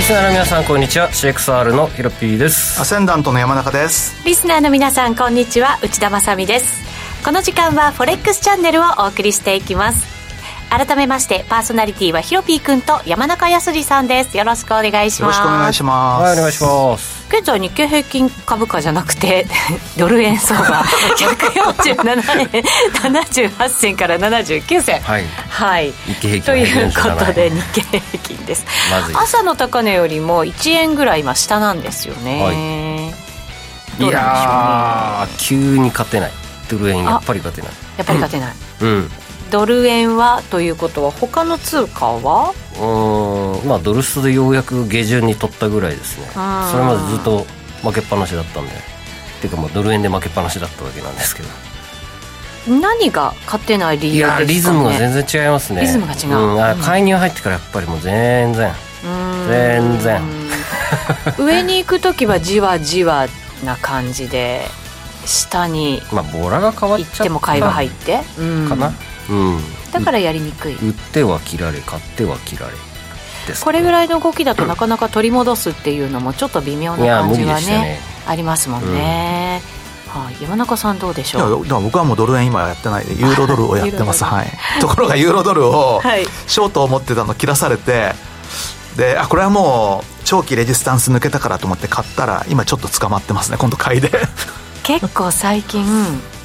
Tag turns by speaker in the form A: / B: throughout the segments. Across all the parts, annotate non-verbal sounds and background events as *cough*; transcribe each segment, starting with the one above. A: スナーの皆さんこんにちは CXR のヒロピーです
B: アセンダントの山中です
C: リスナーの皆さんこんにちは内田まさみですこの時間はフォレックスチャンネルをお送りしていきます改めましてパーソナリティはヒロピーくんと山中康二さんですよろしくお願いし
B: よ
C: ま
B: ろ
C: す
B: しくお願いします
A: はいお願いします
C: 現在日経平均株価じゃなくて *laughs* ドル円相場147円78銭から79銭
A: はい
C: はい
A: 日経平均
C: という
A: 147
C: ことで日経平均です
A: まずい
C: 朝の高値よりも1円ぐらい今下なんですよね、
A: はい
C: どうなんでしょうね
A: いやー急に勝てないドル円やっぱり勝てない
C: やっぱり勝てない、
A: うんう
C: ドル円はということは他の通貨は
A: ーんまあドルスでようやく下旬に取ったぐらいですねそれ
C: あー
A: までずっと負けっぱなしだったんでっていうかまあドル円で負けっぱなしだったわけなんですけど
C: 何が勝てない理
A: い
C: 由です
A: や
C: か
A: ー
C: ね
A: リズムが全然違いますね
C: リズムが違うん
A: あ介入入ってからやっぱりもう全然全然
C: うん *laughs* 上に行く時はじわじわな感じで下に
A: まあボラが変わっ
C: 行
A: ちゃっ
C: ったても買いが入ってうん
A: かなうん
C: だからやりにくい
A: 売っては切られ買っては切られです
C: これぐ
A: い
C: らいの動きだとなかなか取り戻すっていうのもちょっと微妙
A: いや
C: な感じ
A: 無理
C: は
A: でし
C: ね
A: たね
C: ありますもんね、はい、山中さんどうでし
B: いや
C: ょう
B: でも僕はもうドル円今やってないでユーロドルをやってます
C: ユーロドル
B: はい *laughs* ところがユーロドルを
C: はい
B: ショートを持ってたの切らされてであこれはもう長期レジスタンス抜けたからと思って買ったら今ちょっと捕まってますね今度買いで
C: 結構最近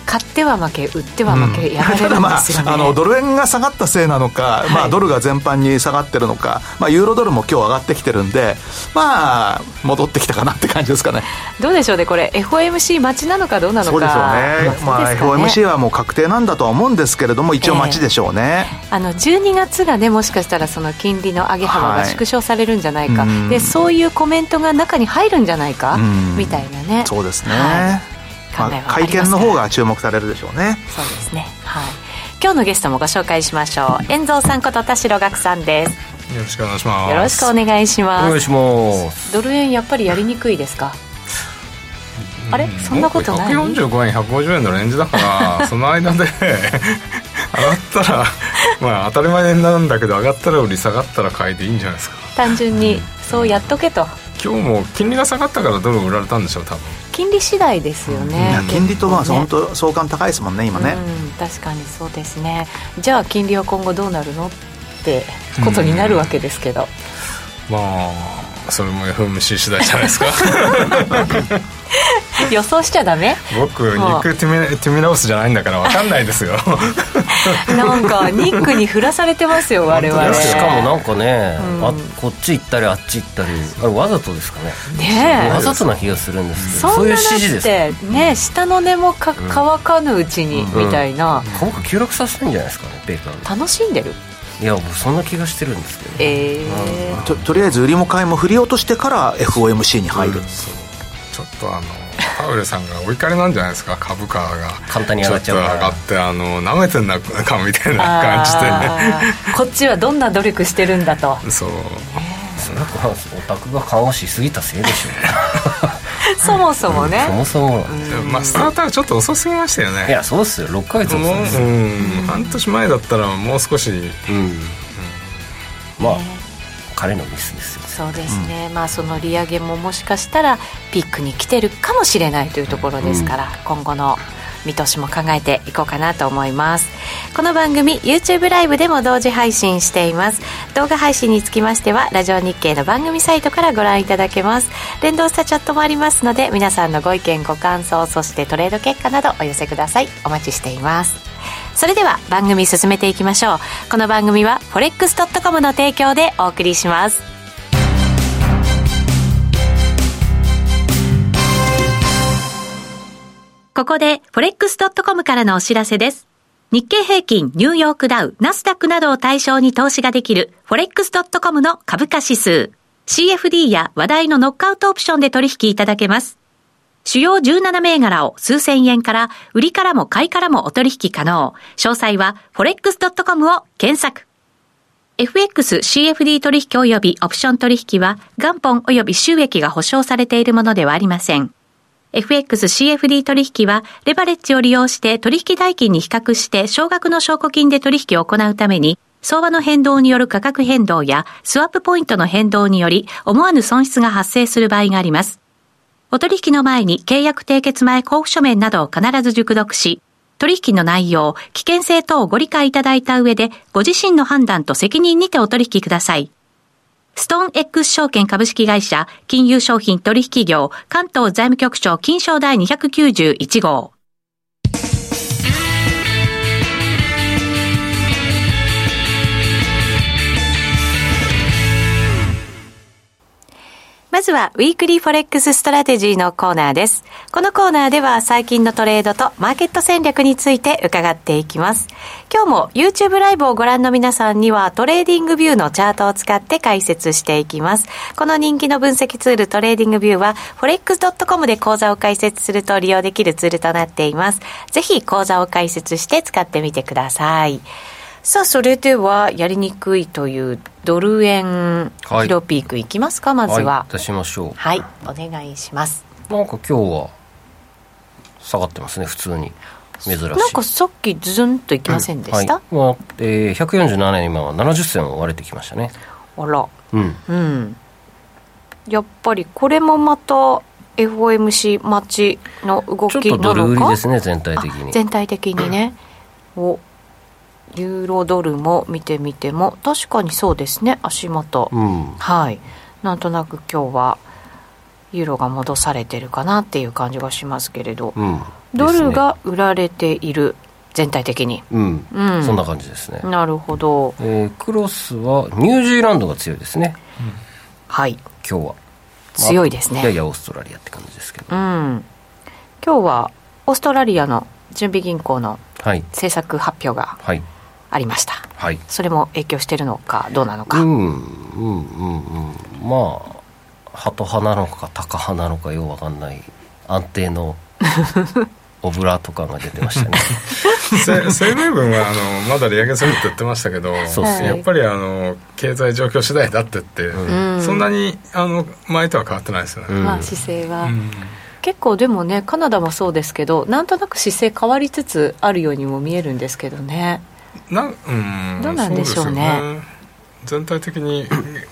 C: 買っては負け売っては負け、やら
B: *laughs*
C: れ
B: た
C: る
B: だ
C: んで
B: まあ
C: すよね、
B: あのドル円が下がったせいなのか、ま
C: は
B: あ、
C: い
B: ドルが全般に下がってるのか、まあ、ユーロドルも今日上がってきてるんでまあ戻ってきたかなって感じですかね
C: どうでしょうねこれ FOMC 待ちなのかどうなのか
B: そうでしょうね、ま
C: そう
B: あ、
C: ですか
B: FOMC はもう確定なんだとは思うんですけれども一応待ちでしょう
C: *laughs*
B: ね、
C: あの12月がねもしかしたらその金利の上げ幅が縮小されるんじゃないか、
B: はいうん
C: でそういうコメントが中に入るんじゃないか、
B: うん
C: みたいなね
B: そうですね、
C: は
B: ま
C: い考え
B: あ、
C: はあ
B: 会
C: りますから
B: 見の方が注目されるでしょうね
C: そうですねはい今日のゲストもご紹介しましょう遠藤さんこと田代岳さんです
D: よろしくお願いします
C: よろしくお願いし
A: お
C: ま
A: 願い
C: す
A: します
C: ドル円やっぱりやりにくいですかあれそんなことない
D: 僕145円150円のレンジだか
C: *laughs*
D: らその間で上がったらまあ当たり前なんだけど上がったら売り下がったら買いでいいんじゃないですか
C: 単純にそうやっとけと
D: 今日も金利が下がったからドル売られたんでしょう多分
C: 金利次第ですよ
B: い
C: ね
B: や金利とまあ
C: 結構ね
B: 本当相関高いですもんね今ね、
C: うん、確かにそうですねじゃあ金利は今後どうなるのってことになるわけですけど、
D: まあそれも FMC 次第じゃないで
C: *laughs*
D: すか
C: 予想しちゃダ
A: *laughs*
C: メ
D: 僕
C: あ
D: 肉手見手見直すじゃないんだから分かんないですよ *laughs*
C: なんかニックに振らされてますよ我
D: 本当
C: 々
D: です
A: し
D: よ
A: かもなんかね、
C: うん
A: あこっち行ったりあっち行ったりあれわざとですかね
C: ねえ
A: わざとな気がするんですけど
C: そ
A: そうんい
C: な
A: う指示
C: だっ
A: です
C: てね下の根もか乾かぬうちに
A: うん
C: みたいな
A: 株価急落させてんじゃないですかね米韓
C: 楽しんでる
A: いや僕そんな気がしてるんですけど
C: ええ
B: ととりあえず売りも買いも振り落としてから FOMC に入る、
D: そうちょっとあのパウエルさんがお怒りなんじゃないですか株価が
A: 簡単に上がっちゃう
D: ちょ
A: か
D: っと上が
A: ら
D: ってあの舐めてんなかみたいな感じでね
C: あーこっちはどんな努力してるんだと
D: そう
A: それはオタクが緩和しすぎたせいで
C: *laughs*
A: しょ
C: そもそも
A: う、そ
C: ね
A: もそも
D: まあスタートはちょっと遅すぎましたよ
A: い
D: ね
A: やそうっすよ6ヶ月も
D: もう、
A: そうですよ
D: うん、半年前だったらもう少し
A: うんまあ彼のミスですよ
C: そうですね、まあその利上げももしかしたらピークに来てるかもしれないというところですから、今後の見通しも考えていこうかなと思いますこの番組 YouTube ライブでも同時配信しています動画配信につきましてはラジオ日経の番組サイトからご覧いただけます連動したチャットもありますので皆さんのご意見ご感想そしてトレード結果などお寄せくださいお待ちしていますそれでは番組進めていきましょうこの番組は forex.com の提供でお送りしますここで、forex.com からのお知らせです。日経平均、ニューヨークダウ、ナスダックなどを対象に投資ができる、forex.com の株価指数。CFD や話題のノックアウトオプションで取引いただけます。主要17銘柄を数千円から、売りからも買いからもお取引可能。詳細は、forex.com を検索。FXCFD 取引及びオプション取引は、元本及び収益が保証されているものではありません。FXCFD 取引は、レバレッジを利用して取引代金に比較して少額の証拠金で取引を行うために、相場の変動による価格変動や、スワップポイントの変動により、思わぬ損失が発生する場合があります。お取引の前に契約締結前交付書面などを必ず熟読し、取引の内容、危険性等をご理解いただいた上で、ご自身の判断と責任にてお取引ください。ストーン X 証券株式会社、金融商品取引業、関東財務局長金賞第291号。まずは、ウィークリーフォレックスストラテジーのコーナーです。このコーナーでは、最近のトレードとマーケット戦略について伺っていきます。今日も YouTube ライブをご覧の皆さんには、トレーディングビューのチャートを使って解説していきます。この人気の分析ツール、トレーディングビューは、forex.com で講座を開設すると利用できるツールとなっています。ぜひ、講座を開設して使ってみてください。さあ、それでは、やりにくいというドル円、
A: はい
C: ヒロピークいきますか、まずは。
A: い、出しましょう
C: はい、お願いします。
A: なんか今日は下がってますね普通に珍しい
C: なんかさっきズンといきませんでした、
A: はいまあえー、147円今は70銭を割れてきましたね
C: あら、
A: うん
C: うん。やっぱりこれもまた FOMC 待ちの動
A: ちょっ
C: き
A: と
C: な
A: ドル
C: の
A: 売り
C: か
A: ですね全体的
C: あ
A: に
C: 全体的にね。おユーロドルも見てみても確かにそうですね足元、
A: うん
C: はいなんとなく今日はユーロが戻されてるかなっていう感じがしますけれど、
A: うん
C: ドルが売られている全体的に
A: ですねうん、
C: うん
A: そんな感じですね、
C: なるほど
A: えークロスはニュージーランドが強いですね
C: はい
A: 今日は
C: 強いですね
A: ややオーストラリアって感じですけど、
C: うん今日はオーストラリアの準備銀行の
A: はい
C: 政策発表が
A: はい
C: ありました
A: はい
C: それも影響してるのかどうなの
A: う
C: か、
A: んうんうんうんまあハト派なのかタカ派なのかようわかんない安定
C: *laughs*
A: のオブラート感が出てましたね
D: せ声明文はあのまだ利上げするって言ってましたけど
A: そうですね
D: やっぱりあの経済状況次第だってって、
C: ん
D: そんなにあの前とは変わってないですよね、
A: うん
C: まあ姿勢は、
D: うん
C: 結構でもねカナダもそうですけどなんとなく姿勢変わりつつあるようにも見えるんですけどね
D: なうん
C: どうなんでしょうね
D: そですよ全体的に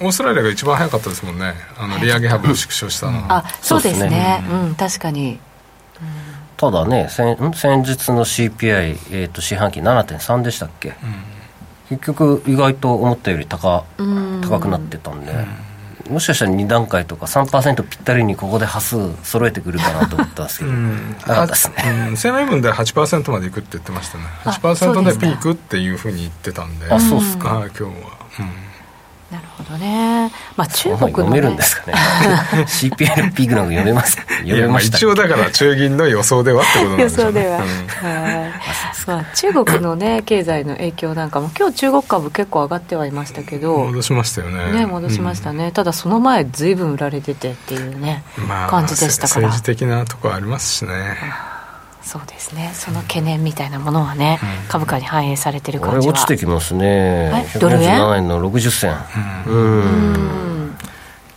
D: オーストラリアが一番早かったですもんねあの利上げ幅を縮小したのは
C: あそうですね
A: そう
C: う
A: ですね
C: ん確かに
A: ただね先ん先日の CPI、えー、と四半期7.3でしたっけ結局意外と思ったより高
C: うん
A: 高くなってたんで、もしかしたら2段階とか3%ぴったりにここで端数揃えてくるかなと思ったんですけ
D: う
A: ど、
D: ん
A: なかったですね
D: うん声明文で8%までいくって言ってましたね
C: あそう
D: 8%
C: です
D: で
C: か
D: ピークっていうふうに言ってたんで
A: あそうっすか
D: はい今日は、うん
C: なるほどねまあ中国
A: 読
C: の、ね、
A: めるんです
C: *laughs*
A: かね CPI のピークなんか読めます読
D: い
A: め
D: やま
A: ま
D: あ
A: した
D: 一応だから中銀の予想ではってことなんで
C: *laughs* 予
D: すよ
C: 想
D: ね
C: では、
D: うん
C: はいまあ、中国の、ね、経済の影響なんかも今日中国株結構上がってはいましたけど、
D: 戻しましたよね
C: ね、戻しましたね、ただその前ずいぶん売られててっていうね、
D: うんまあ
C: 感じでしたから
D: 政治的なとこありますしね
C: そうですねその懸念みたいなものはね、株価に反映されてる
A: これ
C: 感じは
A: 落ちてきますね
C: えドル円
A: 147円の60銭う
C: うんん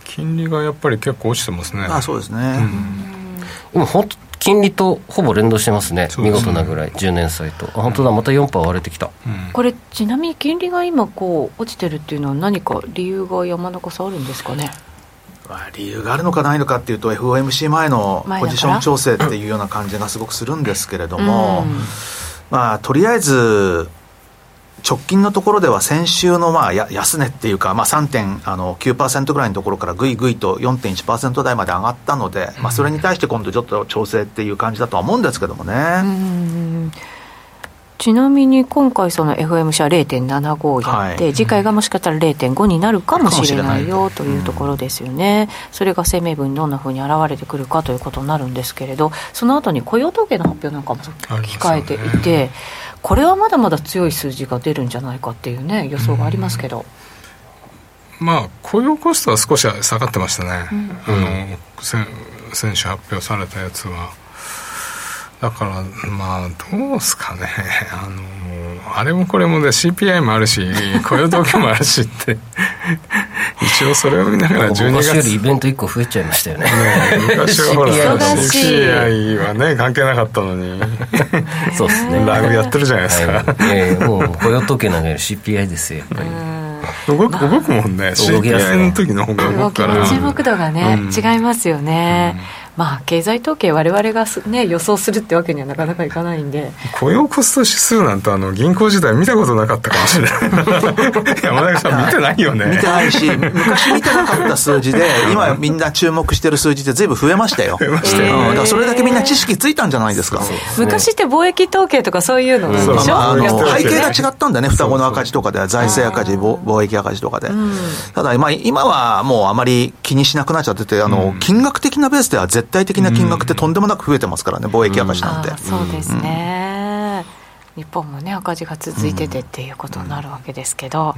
D: 金利がやっぱり結構落ちてますね
B: あそうですね、
A: 今ほんと金利とほぼ連動してますね
D: そう
A: 見
D: ですね
A: 事なぐらい10年債とあ本当だまた4%割れてきた
D: うん
C: これちなみに金利が今こう落ちてるっていうのは何か理由が山中さんあるんですかね
B: まあ理由があるのかないのかっていうと FOMC 前の
C: 前だから
B: ポジション調整っていうような感じがすごくするんですけれども、
C: うん
B: まあとりあえず直近のところでは先週のまあや安値っていうか、まあ、3.9%ぐらいのところからぐいぐいと4.1%台まで上がったので、まあ、それに対して今度ちょっと調整っていう感じだとは思うんですけどもね、
C: うんちなみに今回その FMC は0.75やって、
B: はい
C: 次回がもしかしたら0.5になるかもしれないよ
B: か
C: と
B: もしれない
C: いうところですよね、それが声明文にどんなふうに現れてくるかということになるんですけれどその後に雇用統計の発表なんかも
D: ありますよね
C: 控えていて、これはまだまだ強い数字が出るんじゃないかっていうね予想がありますけど、
D: まあ雇用コストは少し下がってましたね、あの先先週発表されたやつはだからまあどうですかね *laughs* あのあれもこれもで CPI もあるし雇用統計もあるしって *laughs* 一応それを見ながら12
A: 昔よりイ
D: 月
A: ベント1個増えちゃいましたよね
D: 昔はほら
A: CPI
C: 忙しい
D: CPI はね関係なかったのに
A: *laughs* そうですね
D: ライブやってるじゃないですか
A: はい、ええもう雇用統計なんかより CPI ですよやっぱり、
D: 動く動くもんね
A: 動きやすい
D: CPI の時の方が動
C: 動
D: く
C: き
D: か
C: の
D: ら
C: 注目度がね、
D: うん
C: 違いますよね、まあ経済統計我々がす、ね、予想するってわけにはなかなかいかないんで
D: 雇用コスト指数なんてあの銀行時代見たことなかったかもしれない
A: *laughs*
D: 山中さん見てないよね
B: 見てない *laughs* し、昔見てなかった数字で、今みんな注目してる数字ってずいぶん増えましたよ。増えま
D: した
C: よ
B: だからそれだけみんな知識ついたんじゃないですか。
C: 昔って貿易統計とかそういうのなんでしょ、
D: そう
B: まあ、あ
D: そう
B: の
D: そう
B: 背景が違ったんだね、双子の赤字とかでは、財政赤字、貿貿易赤字とかで。ただ、まあ、今はもうあまり気にしなくなっちゃってて、あの、金額的なベースでは絶対的な金額ってとんでもなく増えてますからね、貿易赤字なんて
C: あ。そうですね、日本もね赤字が続いててっていうことになるわけですけど、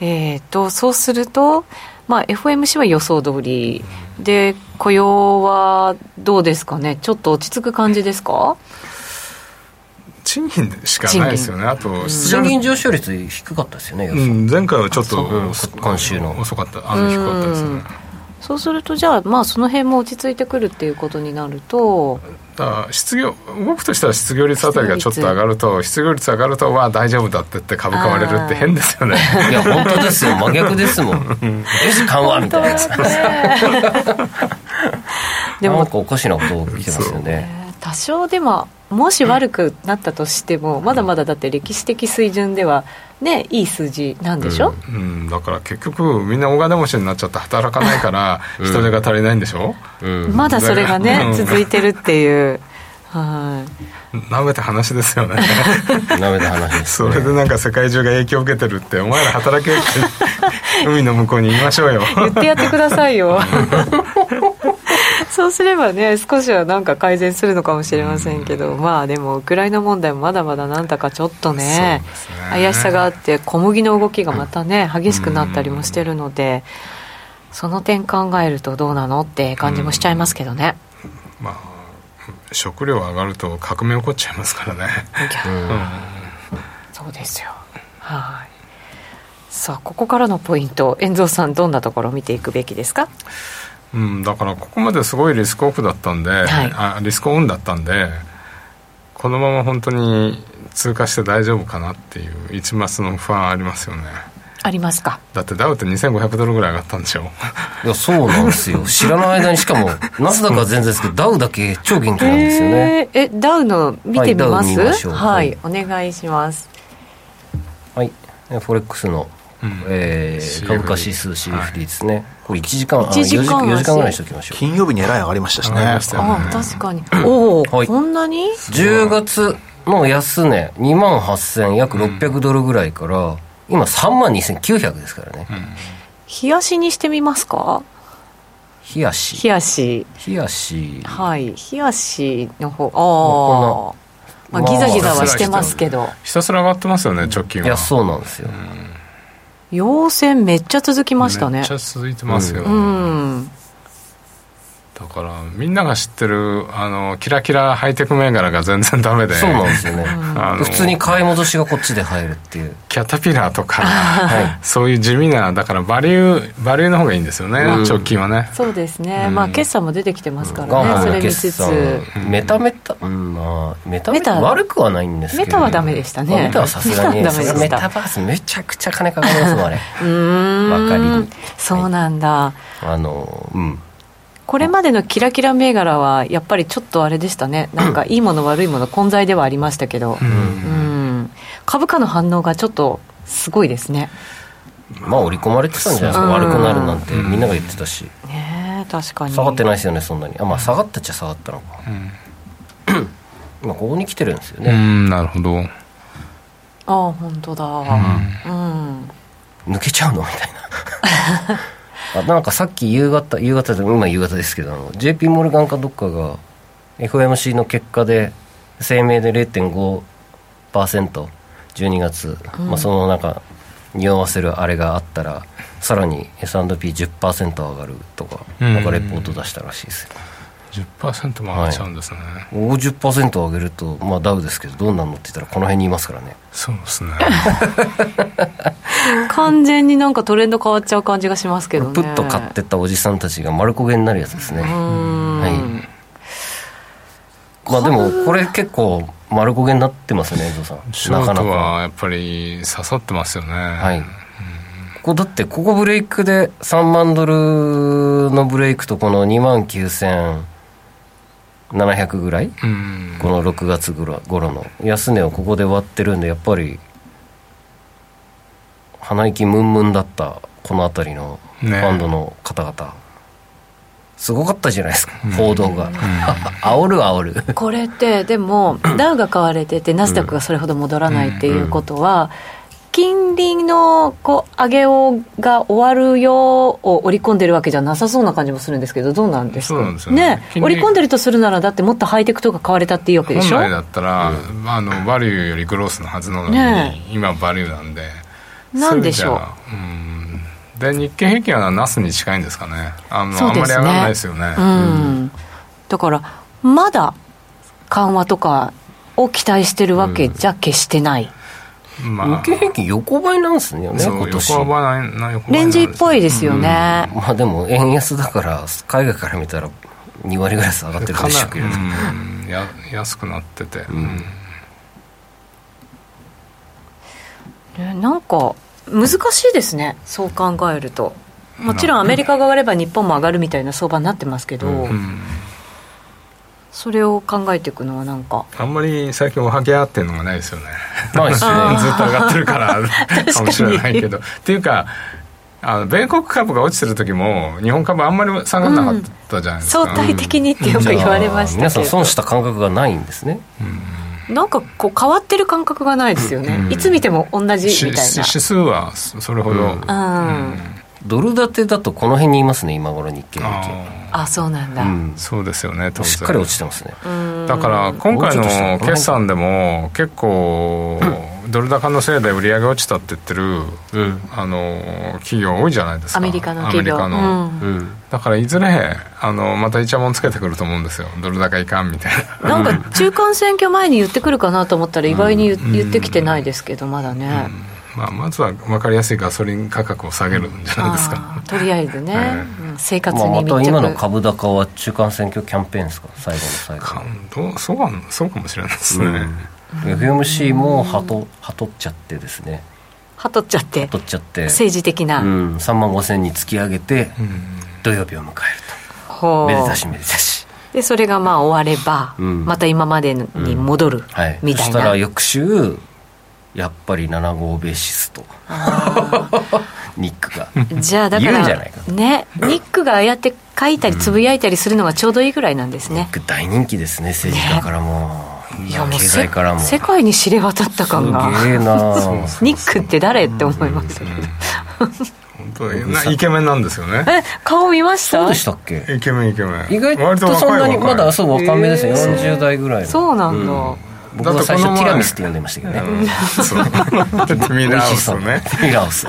C: えー、とそうすると、まあ、FOMC は予想通りで雇用はどうですかねちょっと落ち着く感じですか
D: 賃金でしかないですよねあと失業
A: 賃金上昇率低かったですよね、予
D: う
A: 想
D: ん、前回はちょっと
A: うん
D: 遅
A: 今週の
D: 遅かったあの低かったですね
C: うんそうするとじゃあまあその辺も落ち着いてくるっていうことになると
D: だから失業僕としては失業率あたりがちょっと上がると失業率上がるとは大丈夫だって言って株買われるって変ですよね
A: いや本当ですよ真逆ですもんよし緩和みたいな
C: 本当だ *laughs* ねで
A: なん
C: も
A: かおかしなこと起きてますよね
C: 多少でももし悪くなったとしても、まだまだだって歴史的水準ではねいい数字なんでしょ、
D: うん、だから結局みんな大金持ちになっちゃって働かないから人手が足りないんでしょ、
A: うん
C: まだそれがね、
D: うん
C: 続いてるっていうはい
D: なめた話ですよね
A: ダメな話です
D: それでなんか世界中が影響を受けてるってお前ら働けって
C: *laughs*
D: 海の向こうに言いましょうよ
C: 言ってやってくださいよそうすればね少しはなんか改善するのかもしれませんけど、まあでもウクライナ問題もまだまだなんだかちょっとね
D: そうですね
C: 怪しさがあって小麦の動きがまたね激しくなったりもしてるので、その点考えるとどうなのって感じもしちゃいますけどね、
D: まあ食料上がると革命起こっちゃいますからね
C: そうですよはいさあここからのポイント遠藤さんどんなところを見ていくべきですか
D: うん、だからここまですごいリスクオフだったんで、
C: い
D: あリスクオンだったんでこのまま本当に通過して大丈夫かなっていう一抹の不安ありますよね
C: ありますか
D: だってダウって2500ドルぐらい上がったんでしょ
A: いやそうなんですよ知らない間にしか *laughs* もナスダックは全然ですけどダウだけ超元気なんですよね
C: えーえダウの見てみます、
A: はいダウ見
C: は
A: ま
C: い
A: しょう
C: お願いします
A: はいフォレックスの、
D: うん
A: えー
D: CFD
A: 株価指数 CFD ですね、これ1時間あ
C: 一時
A: 4
C: 間
A: 時
C: 足
A: 4時間ぐらいにしておきましょう
B: 金曜日にえらい上がりましたし
D: 上がり
B: ね
D: まし。たよ
C: あ
A: *clears throat*
C: 確かにおお、
A: はい
C: こんなに
A: 10月の安値2万8000約600ドルぐらいから、今3万2900ですからね、
C: 冷やしにしてみますか
A: 冷やし
C: 冷やし
A: 冷やし
C: はい冷やしの方ああ、まあ、
A: まあ
C: ギザギザはしてますけど
D: ひたすら上がってますよね直近
A: いや
D: は
A: そうなんですよ、
C: 陽線めっちゃ続きました
D: め
C: ね
D: っちゃ続いてますよ、
C: うん
D: だからみんなが知ってるあのキラキラハイテク銘柄が全然ダメで
A: そうなんですよね、
D: あの
A: 普通に買い戻しがこっちで入るって *laughs* いう
D: キャタピラーとか、
A: *laughs* は
D: そういう地味なだからバリューバリューの方がいいんですよね、
A: うん
D: 直近はね
C: そうですね、
D: うん
C: まあ決算も出てきてますか
A: ガン
C: らね、
A: マ
C: そ
A: の
C: れ見
A: 決
C: つつ
A: 算メタメタ、うんまあ、メタメ
C: メ
A: タ
C: タ
A: 悪くはないんですけど
C: メタはダメでしたね
A: まあメタはさすがに
C: メタはダメでした
A: メタバースめちゃくちゃ金かかりますもんあ
C: *laughs*
A: れ
C: うーん
A: わかりに
C: そうなんだ、
A: あのうん
C: これまでのキラキラ銘柄はやっぱりちょっとあれでしたねなんかいいもの悪いもの混在ではありましたけど、うん株価の反応がちょっとすごいですね
A: まあ織り込まれてたんじゃないですか
C: うん
A: 悪くなるなんてみんなが言ってたし
C: ねえ確かに
A: 下がってないですよねそんなにあまあ下がったっちゃ下がったのか、 *clears throat* 今ここに来てるんですよ
D: う
A: ね、
D: んなるほど
C: ああ本当だうん、
A: 抜けちゃうのみたいな *laughs* あなんかさっき夕方夕方で今夕方ですけどあの JP モルガンかどっかが FOMC の結果で声明で0.5%12 月、まあ、そのなんか匂わせるあれがあったらさらに S&P10% 上がるとか
D: うん
A: なんかレポート出したらしいですよ
D: 10%も上がっちゃうんですね、
A: 50%上げる *laughs* と、まあ、ダウですけどどうなるのって言ったらこの辺にいますからね
D: そうですね
C: 完全になんかトレンド変わっちゃう感じがしますけどね
A: プッと買ってったおじさんたちが丸焦げになるやつですね、
C: うん
A: はいまあでもこれ結構丸焦げになってますね江藤
D: シ
A: さん
D: ョ
A: なかな
D: ート
A: か
D: はやっぱり刺さってますよねは
A: はいここだってここブレイクで3万ドルのブレイクとこの2万9700ぐらい
D: うん
A: この6月頃頃の安値をここで割ってるんでやっぱり鼻息ムンムンだったこの辺りのフ
D: ね
A: ァンドの方々、すごかったじゃないですか報道が、 *laughs* 煽る煽る
C: これってでもダウが買われててナスダックがそれほど戻らないっていうことは金利のこう上げをが終わるようを織り込んでるわけじゃなさそうな感じもするんですけどどうなんですか
D: そうなんですよね金利
C: 織り込んでるとするならだってもっとハイテクとか買われたっていいわけで
D: 本
C: しょ
D: 来だったら、まあ、あのバリューよりグロースのはずなのに、
C: ね
D: 今バリューなんで
C: なんでしょう
D: そういう意味じゃうんで日経平均はナスに近いんですかねあの
C: そう
D: あん
C: で
D: まり
C: す
D: 上
C: ね
D: がらないですよね、
C: うん、だからまだ緩和とかを期待してるわけじゃ決してない、
D: まあ
A: 日経平均横ばいなんですよね
D: そう
A: 今年
D: 横ばいな横ばいなんです
C: レンジっぽいですよね、
A: まあでも円安だから海外から見たら2割ぐらい下がってる
D: か
A: でしょう
D: な
A: け
D: り
A: れど、
D: うんや安くなってて、うん
C: ねなんか難しいですねそう考えるともちろんアメリカが上がれば日本も上がるみたいな相場になってますけど、
D: うん
C: それを考えていくのはなんか
D: あんまり最近おはぎ合ってるのがないですよね
A: ないですね
D: ずっと上がってるから
C: *laughs*
D: かもしれないけどっていうかあの米国株が落ちてる時も日本株あんまり下がんなかったじゃないですか、
C: 相対的にってよく言われまし
A: じゃ
C: た
A: あ皆
C: け
A: さん
C: ど
A: 損した感覚がないんですね
C: なんかこう変わってる感覚がないですよね、いつ見ても同じ
D: し
C: みたい
D: し指数はそそれほど、あ
C: なうん、
A: ドル建てだとこの辺にいますね今頃日経平均
D: あ
C: あそうなんだ、
A: うん
D: そうですよね当然
A: しっかり落ちてますね
D: だから今回の決算でも結構ドル高のせいで売り上げ落ちたって言ってる、あの企業多いじゃないですか
C: アメリカの企業
D: アメリカの
C: うん
D: だからいずれあのまたイチャモンつけてくると思うんですよドル高いかんみたいな
C: なんか中間選挙前に言ってくるかなと思ったら意外に言,、言ってきてないですけどまだね、
D: まあ、まずは分かりやすいガソリン価格を下げるんじゃないですか
C: あーとりあえずね、うん生活
A: まあ、
C: に
A: ま
C: 密着、
A: た今の株高は中間選挙キャンペーンですか最後の最後
D: かんどうそうかんそうかもしれないですね、
A: FMC もはとはとっちゃってですね
C: はとっちゃって
A: はとっちゃって、
C: 政治的な、
A: うん、3万5000に突き上げて
D: うん
A: 土曜日を迎えると
C: ほう
A: めでたしめでたし
C: でそれがまあ終われば、
A: うん
C: また今までに戻る、
A: はい、
C: みたい
A: そした
C: な
A: ら翌週やっぱり7号ベーシスとニックが
C: じゃあだか
A: 言うんじゃ
C: ら
A: ないか
C: ねニックがああやって書いたりつぶやいたりするのがちょうどいいぐらいなんです
A: ニッ
C: ね、
A: ク大人気ですね政治家からも、
C: いやもう
A: 経
C: せ
A: 済からも
C: 世界に知れ渡った感
A: す
C: が
A: げえな
D: そうそう
C: ニックって誰って思います、
D: 本当になイケメンなんですよね
C: え顔見ました
A: そうでしたっけ
D: イケメンイケメン
A: 意外とそんなにまだそう若めですね、40代ぐらいの
C: そうなんだ、
A: 僕は最
D: だってこの
A: 初
D: 前
A: ティラミスって呼んでましたけどね、
D: そうミラーハウスをね
A: ミラーハウス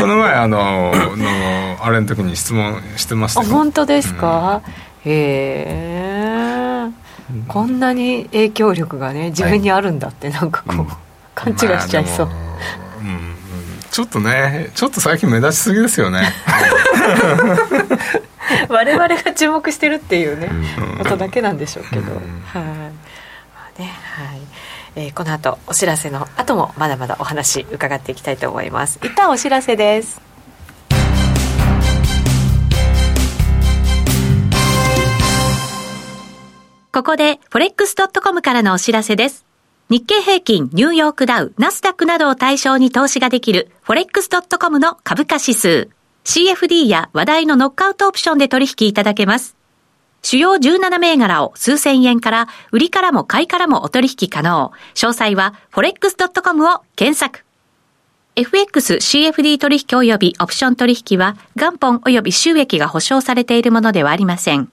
D: この前あののあれの時に質問してました
C: あ
D: よ
C: 本当ですか、へえこんなに影響力がね自分にあるんだってなんかこう、勘違いしちゃいそう、
D: まあでもうんうんちょっとねちょっと最近目立ちすぎですよね
C: *laughs* 我々が注目してるっていうね、ことだけなんでしょうけど、はい、まあねはいえーこの後お知らせの後もまだまだお話伺っていきたいと思います一旦お知らせです
E: ここで forex.com からのお知らせです。日経平均、ニューヨークダウ、ナスダックなどを対象に投資ができる forex.com の株価指数。CFD や話題のノックアウトオプションで取引いただけます。主要17銘柄を数千円から、売りからも買いからもお取引可能。詳細は forex.com を検索。FX CFD 取引及びオプション取引は元本及び収益が保証されているものではありません。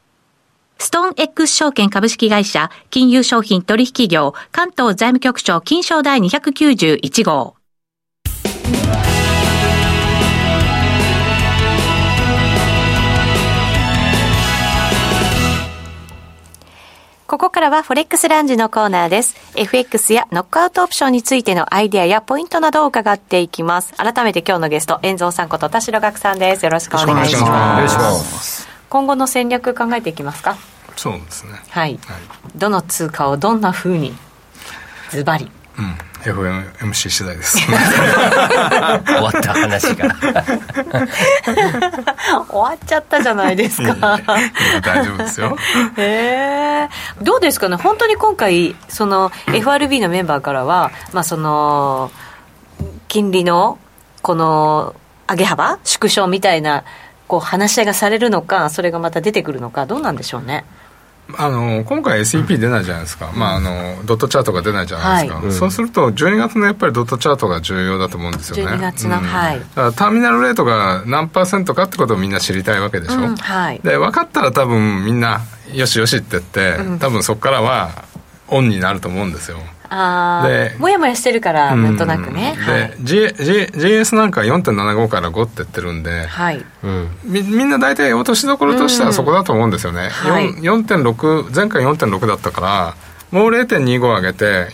E: ストーン X 証券株式会社、金融商品取引業、関東財務局長金賞第291号。
C: ここからはフォレックスランジのコーナーです。FX やノックアウトオプションについてのアイデアやポイントなどを伺っていきます。改めて今日のゲスト、遠蔵さんこと田代岳さんです。よろしくお願いし
B: よろしくお願
C: ま
B: いし
C: す。
A: ます
C: 今後の戦略考えていきますか
D: そうですね
C: はい。
D: はい
C: どの通貨をどんな風にズバリ。
D: うん FMC 次第です *laughs*
A: 終わった話が
C: *laughs* 終わっちゃったじゃないですか。
D: 大丈夫ですよ
C: へえどうですかね本当に今回その FRB のメンバーからは、まあ、その金利のこの上げ幅縮小みたいなこう話し合いがされるのかそれがまた出てくるのかどうなんでしょうね
D: あの今回 SEP 出ないじゃないですか、まあ、あのドットチャートが出ないじゃないですか、
C: はい
A: うん
D: そうすると12月のやっぱりドットチャートが重要だと思うんですよね
C: 12月の
D: うん
C: はい
D: だからターミナルレートが何パーセントかってことをみんな知りたいわけでし
C: う
D: ょ、
C: んはい
D: で分かったら多分みんなよしよしって言って、多分そこからはオンになると思うんですよ
C: あ
D: で
C: あもやもやしてるから
D: うん
C: なんとなくね、
D: で、G G GS なんか4.75から5って言ってるん
C: は
D: で、
C: い、はい、
A: うん
D: みみんな大体落としどころとしてはそこだと思うんですよね、
C: はい
D: よん4.6前回4.6だったからもう0.25上げて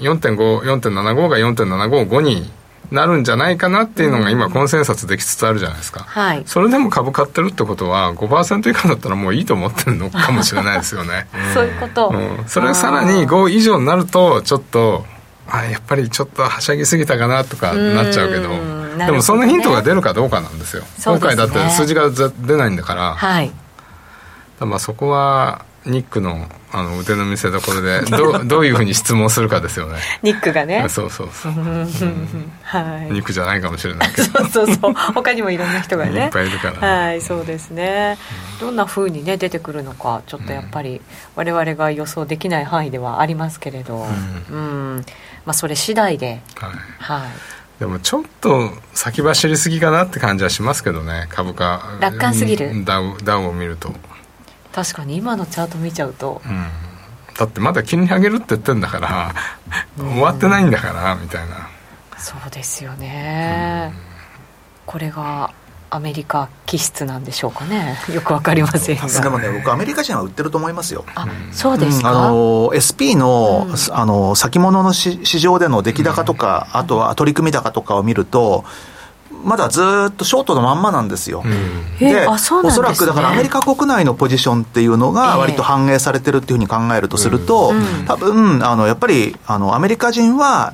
D: 4.54.75が4.755になるんじゃないかなっていうのが今コンセンサスできつつあるじゃないですか、
C: はい
D: それでも株買ってるってことは5%以下だったらもういいと思ってるのかもしれないです
C: *laughs*
D: よね、
C: そういうこと、
D: うん、それがさらに5以上になるとちょっとあやっぱりちょっとはしゃぎすぎたかなとかなっちゃうけど
C: うんなるほどね
D: でもそのヒントが出るかどうかなんですよ
C: そうで
D: 今
C: すね
D: 回だって数字がぜ出ないんだから、
C: はい
D: まあそこはニックのあの腕の見せ所でど
C: *laughs*
D: どういうふうに質問するかですよね
C: ニックがね
D: そうそうそう
C: はい
D: ニックじゃないかもしれないけど
C: *laughs* そうそうそう他にもいろんな人がね
D: いっぱいいるから
C: はいそうですねどんな風にね出てくるのかちょっとやっぱり我々が予想できない範囲ではありますけれどうん、まあそれ次第で
D: はい
C: はい
D: でもちょっと先走りすぎかなって感じはしますけどね株価
C: 楽観すぎる
D: ダウダウを見ると
C: 確かに今のチャート見ちゃうと
D: うんだってまだ金利上げるって言ってんだから終わってないんだからみたいな
C: そうですよねこれがアメリカ気質なんでしょうかね *laughs* よくわかりませんが
B: でもね僕アメリカ人は売ってると思いますよ
C: あそうです
B: うんあ
C: か、
B: の SP の,、
C: うん
B: あの先物のし市場での出来高とか、あとは取り組み高とかを見るとまだずーっとショートのまんまなんですよ、
C: え
B: で
C: あそうなん
B: お
C: です
B: そ
C: ね
B: らくだからアメリカ国内のポジションっていうの
C: ええ
B: が割と反映されてるっていうふうに考えるとすると、
C: うん
B: 多分あのやっぱりあのアメリカ人は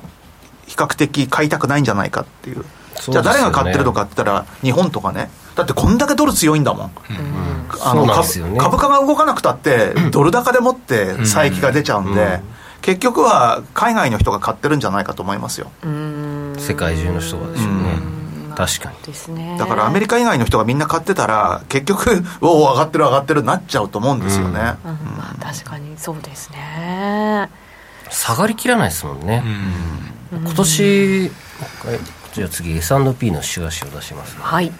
B: 比較的買いたくないんじゃないかっていう
A: そうです
B: じゃ
A: よね
B: あ誰が買ってるのかって言ったら日本とかねだってこんだけドル強いんだもん
C: うん
B: あ
A: そう
B: の
A: なんですよ
B: 株
A: ね
B: 株価が動かなくたって、ドル高でもって差益が出ちゃうんで、結局は海外の人が買ってるんじゃないかと思いますよ、
C: うん
A: 世界中の人がでしょうね
C: うん
A: 確かに
C: ですね
B: だからアメリカ以外の人がみんな買ってたら、結局、おお、上がってる、上がってるなっちゃうと思うんですよね。
C: うんまあ、確かにそうですね
A: 下がりきらないですもんね、今年はいじゃあ次 S&P の週足を出します
C: はい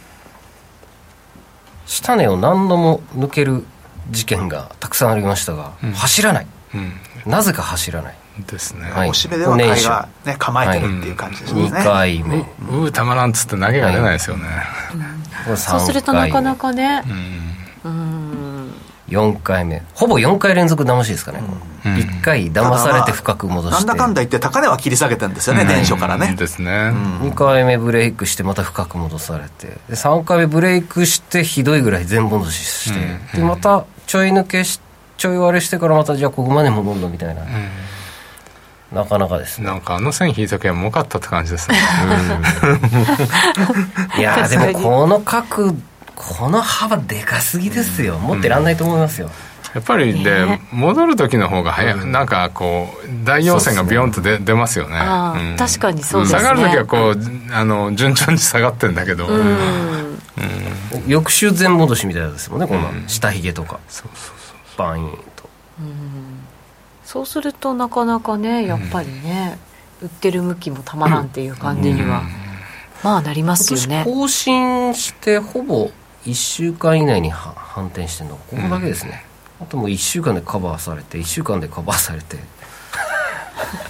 A: 下値を何度も抜ける事件がたくさんありましたが、
D: うん
A: 走らない
D: うん
A: なぜか走らない
D: ですね、
A: はい
B: おしめでは買いが、ね、構えてるっていう感じですね。
A: 2回目、こ
D: ううーたまらんっつって投げが出ないですよね、
A: れ3回目
C: そうするとなかなかねう
D: うん
C: ん
A: 4回目ほぼ4回連続騙しですかね、
D: うん
A: 1回騙されて深く戻して、
B: なんだかんだ言って、高値は切り下げてるんですよね、年初からね。
D: ですね、
A: 2回目ブレイクしてまた深く戻されてで3回目ブレイクしてひどいぐらい全戻しして、でまたちょい抜けしちょい割れしてからまたじゃあここまで戻るのみたいな、なかなかですね
D: なんかあの線引いときは儲かったって感じですね、
A: いやー
C: 確か
A: で
C: に
A: もこの角この幅でかすぎですよ持ってらんないと思いますよ、
D: やっぱりで、
C: ね
D: 戻る時の方が早い、なんかこう大陽線がビヨンと出出ますよね、
C: あー
D: うん
C: 確かにそうですね
D: 下がる時はこうあの順調に下がってんだけど、
C: うん
A: 翌週全戻しみたいなやつですもんねこんな下髭とか
D: そうそうそう
A: バイーンと
C: そうするとなかなかねやっぱりね、売ってる向きもたまらんっていう感じにはまあなりますよ
A: 今年
C: ね
A: 更新してほぼ1週間以内には反転してるのがここだけですね、あともう1週間でカバーされて1週間でカバーされて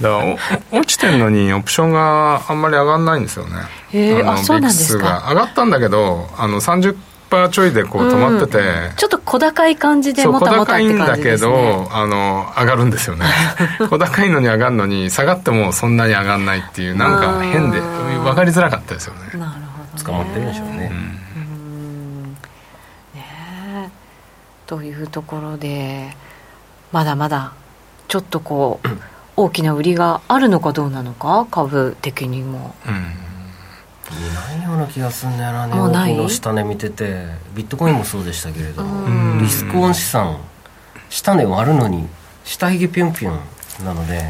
D: だからお *laughs* 落ちてるのにオプションがあんまり上がんないんですよね。
C: へー
D: の
C: あそうなんですか
D: VIX が上がったんだけどあの30%ちょいでこう止まってて、
C: ちょっと小高い感じで
D: そう
C: も
D: 小
C: たもたっ
D: 高い
C: て
D: ん
C: 感
D: だ
C: じ
D: け
C: です、ね、
D: ど、あの上がるんで
C: *laughs*
D: すよね小高いのに上がるのに下がってもそんなに上がんないっていうなんか変で
C: あー
D: 分かりづらかったですよね
C: なるほど、ね、
A: 捕まってるんでしょうね、
C: うんねえというところでまだまだちょっとこ
A: *clears throat*
C: う大きな売りがあるのかどうなのか株的にも
D: うん
A: いないような気がするんだよな値
C: もうない
A: 動きの下値見ててビットコインもそうでしたけれども、
C: うん
A: リスクオン資産下値割るのに下髭ピュンピュンなので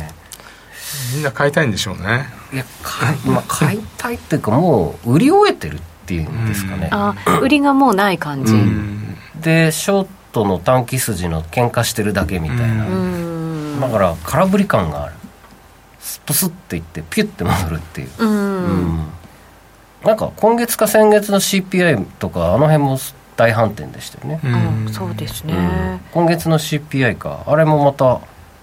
D: みんな買いたいんでしょうね
A: いや買い,、まあ、買いたいっていうかもう売り終えてるっていうんですかね、
C: あ売りがもうない感じ
D: う
C: うん
D: ん
A: でショートの短期筋の喧嘩してるだけみたいな、
D: うん
C: ん
A: だから空振り感があるスプスっていってピュッて戻るっていう、
C: うん
A: なんか今月か先月の CPI とかあの辺も大反転でしたよね、
C: あそうですね、
A: うん今月の CPI かあれもまた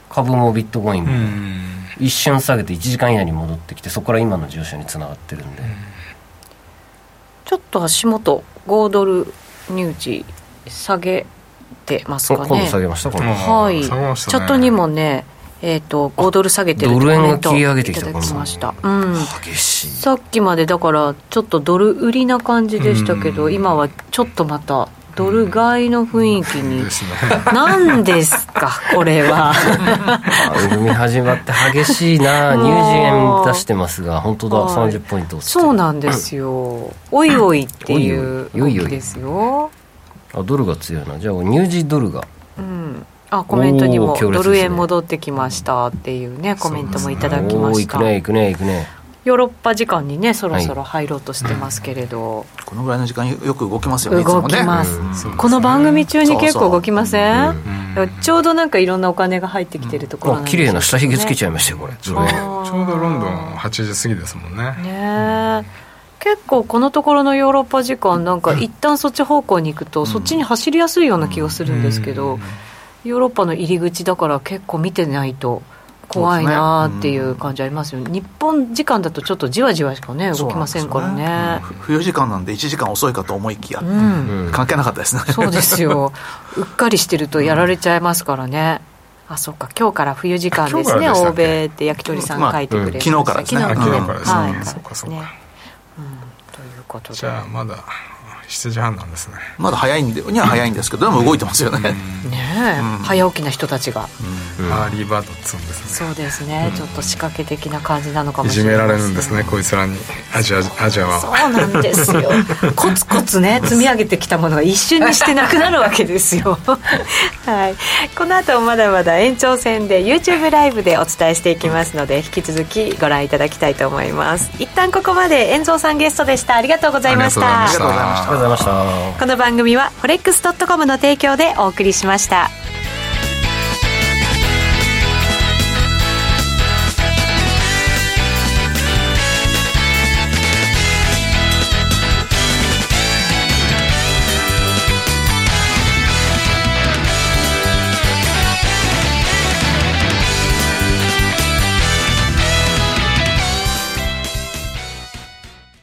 A: 株もビットコイン
D: う
A: も、
D: ん
A: 一瞬下げて1時間以内に戻ってきてそこから今の上昇につながってるんで、
C: ちょっと足元5ドル入地下げてます
A: そ
C: かね
A: 今度下げましたこ
D: うん
A: の
C: はい、
D: 下げました
C: チ
D: ね
C: ャットにもね、えっと5ドル下げてるって
A: ドル円
C: コ
A: が
C: メント
A: 切り上げてきた
C: いただきました、うん、
A: 激しい
C: さっきまでだからちょっとドル売りな感じでしたけど、
D: うん
C: 今はちょっとまたドル買いの雰囲気に、
D: ですね
C: なんで
A: *laughs*
C: すかこれは
A: 番組始まって激しいな
C: も
A: ニ
C: う
A: ュージーエン出してますが本当だ
C: はい
A: 30ポイント落ちてる
C: そうなんですよおいおいっていう
A: おいお
C: 動
A: い
C: きですよ、
A: あドルが強いなじゃあニュージードルが
C: うん、あコメントに
A: お
C: も、
A: ー強烈
C: ド
A: ですね
C: ル円戻ってきましたっていうねコメントもいただきま
A: おー
C: し
A: い
C: た、
A: くねいくねいくね
C: ヨーロッパ時間にねそろそろ入ろうとしてますけれど、
B: このぐらいの時間よく動きますよねいつ
C: 動
B: もね
C: きます、
D: そう
C: この番組中に結
B: そうそ
C: 構
B: う
C: 動きません
A: うん
D: う
C: だ
D: ん
C: からちょうどなんかいろんなお金が入ってきてるところなん
A: あ
C: です
A: 綺
C: よ
A: 麗な下髭つけちゃいましたよこれ
D: ち
A: ド
D: ょう
A: ル
D: ど
A: 円
C: あー
D: ちょうどロンドン8時過ぎですもんね
C: ねえ結構このところのヨーロッパ時間なんか一旦そっち方向に行くとそっちに走りやすいような気がするんですけど、ヨーロッパの入り口だから結構見てないと怖いなーっていう感じありますよね、日本時間だとちょっとじわじわしかね動きませんから
B: そうな
C: ね
B: ふ冬時間なんで1時間遅いかと思いきや、
C: うん
A: うん
B: 関係なかったですね
C: そうです
D: *laughs*
C: よ。うっかりしてるとやられちゃいますからね。あ、そっか。今日から冬時間ですね。
D: 今日からでした
C: 欧
D: っけ
C: 米って焼き鳥さ
B: ま
C: ん
B: あ
C: 書いてくれました、
B: うん昨日からですね
D: あ
B: うん
D: 昨日からですね、
C: はい
D: そっかそっ
C: ね
D: か
C: うんということで。
D: じゃあまだ7時半なんですね
B: *laughs* まだ早いんでには早いんですけどでも動いてますよね、
C: ねえ、早起きな人たちが。
D: アーリーバードっつうんですね
C: そうですね、ちょっと仕掛け的な感じなのかも
D: い
C: し
D: じ
C: れな
D: め
C: い。
D: られるんですね。こいつらにアジアアジア
C: そう
D: は
C: なんです *laughs* よ。コツコツね、積み上げてきたものが一瞬にしてなくなるわけです *laughs* よ。はい。この後もまだまだ延長戦で YouTube ライブでお伝えしていきますので、引き続きご覧いただきたいと思います。一旦ここまで、遠蔵さんゲストでした。ありがとうございまし
D: ありがとうございま
C: た
B: あり
D: した。
B: がとうございました
A: ありがとうございました
C: この番組は、forex.com の提供でお送りしました。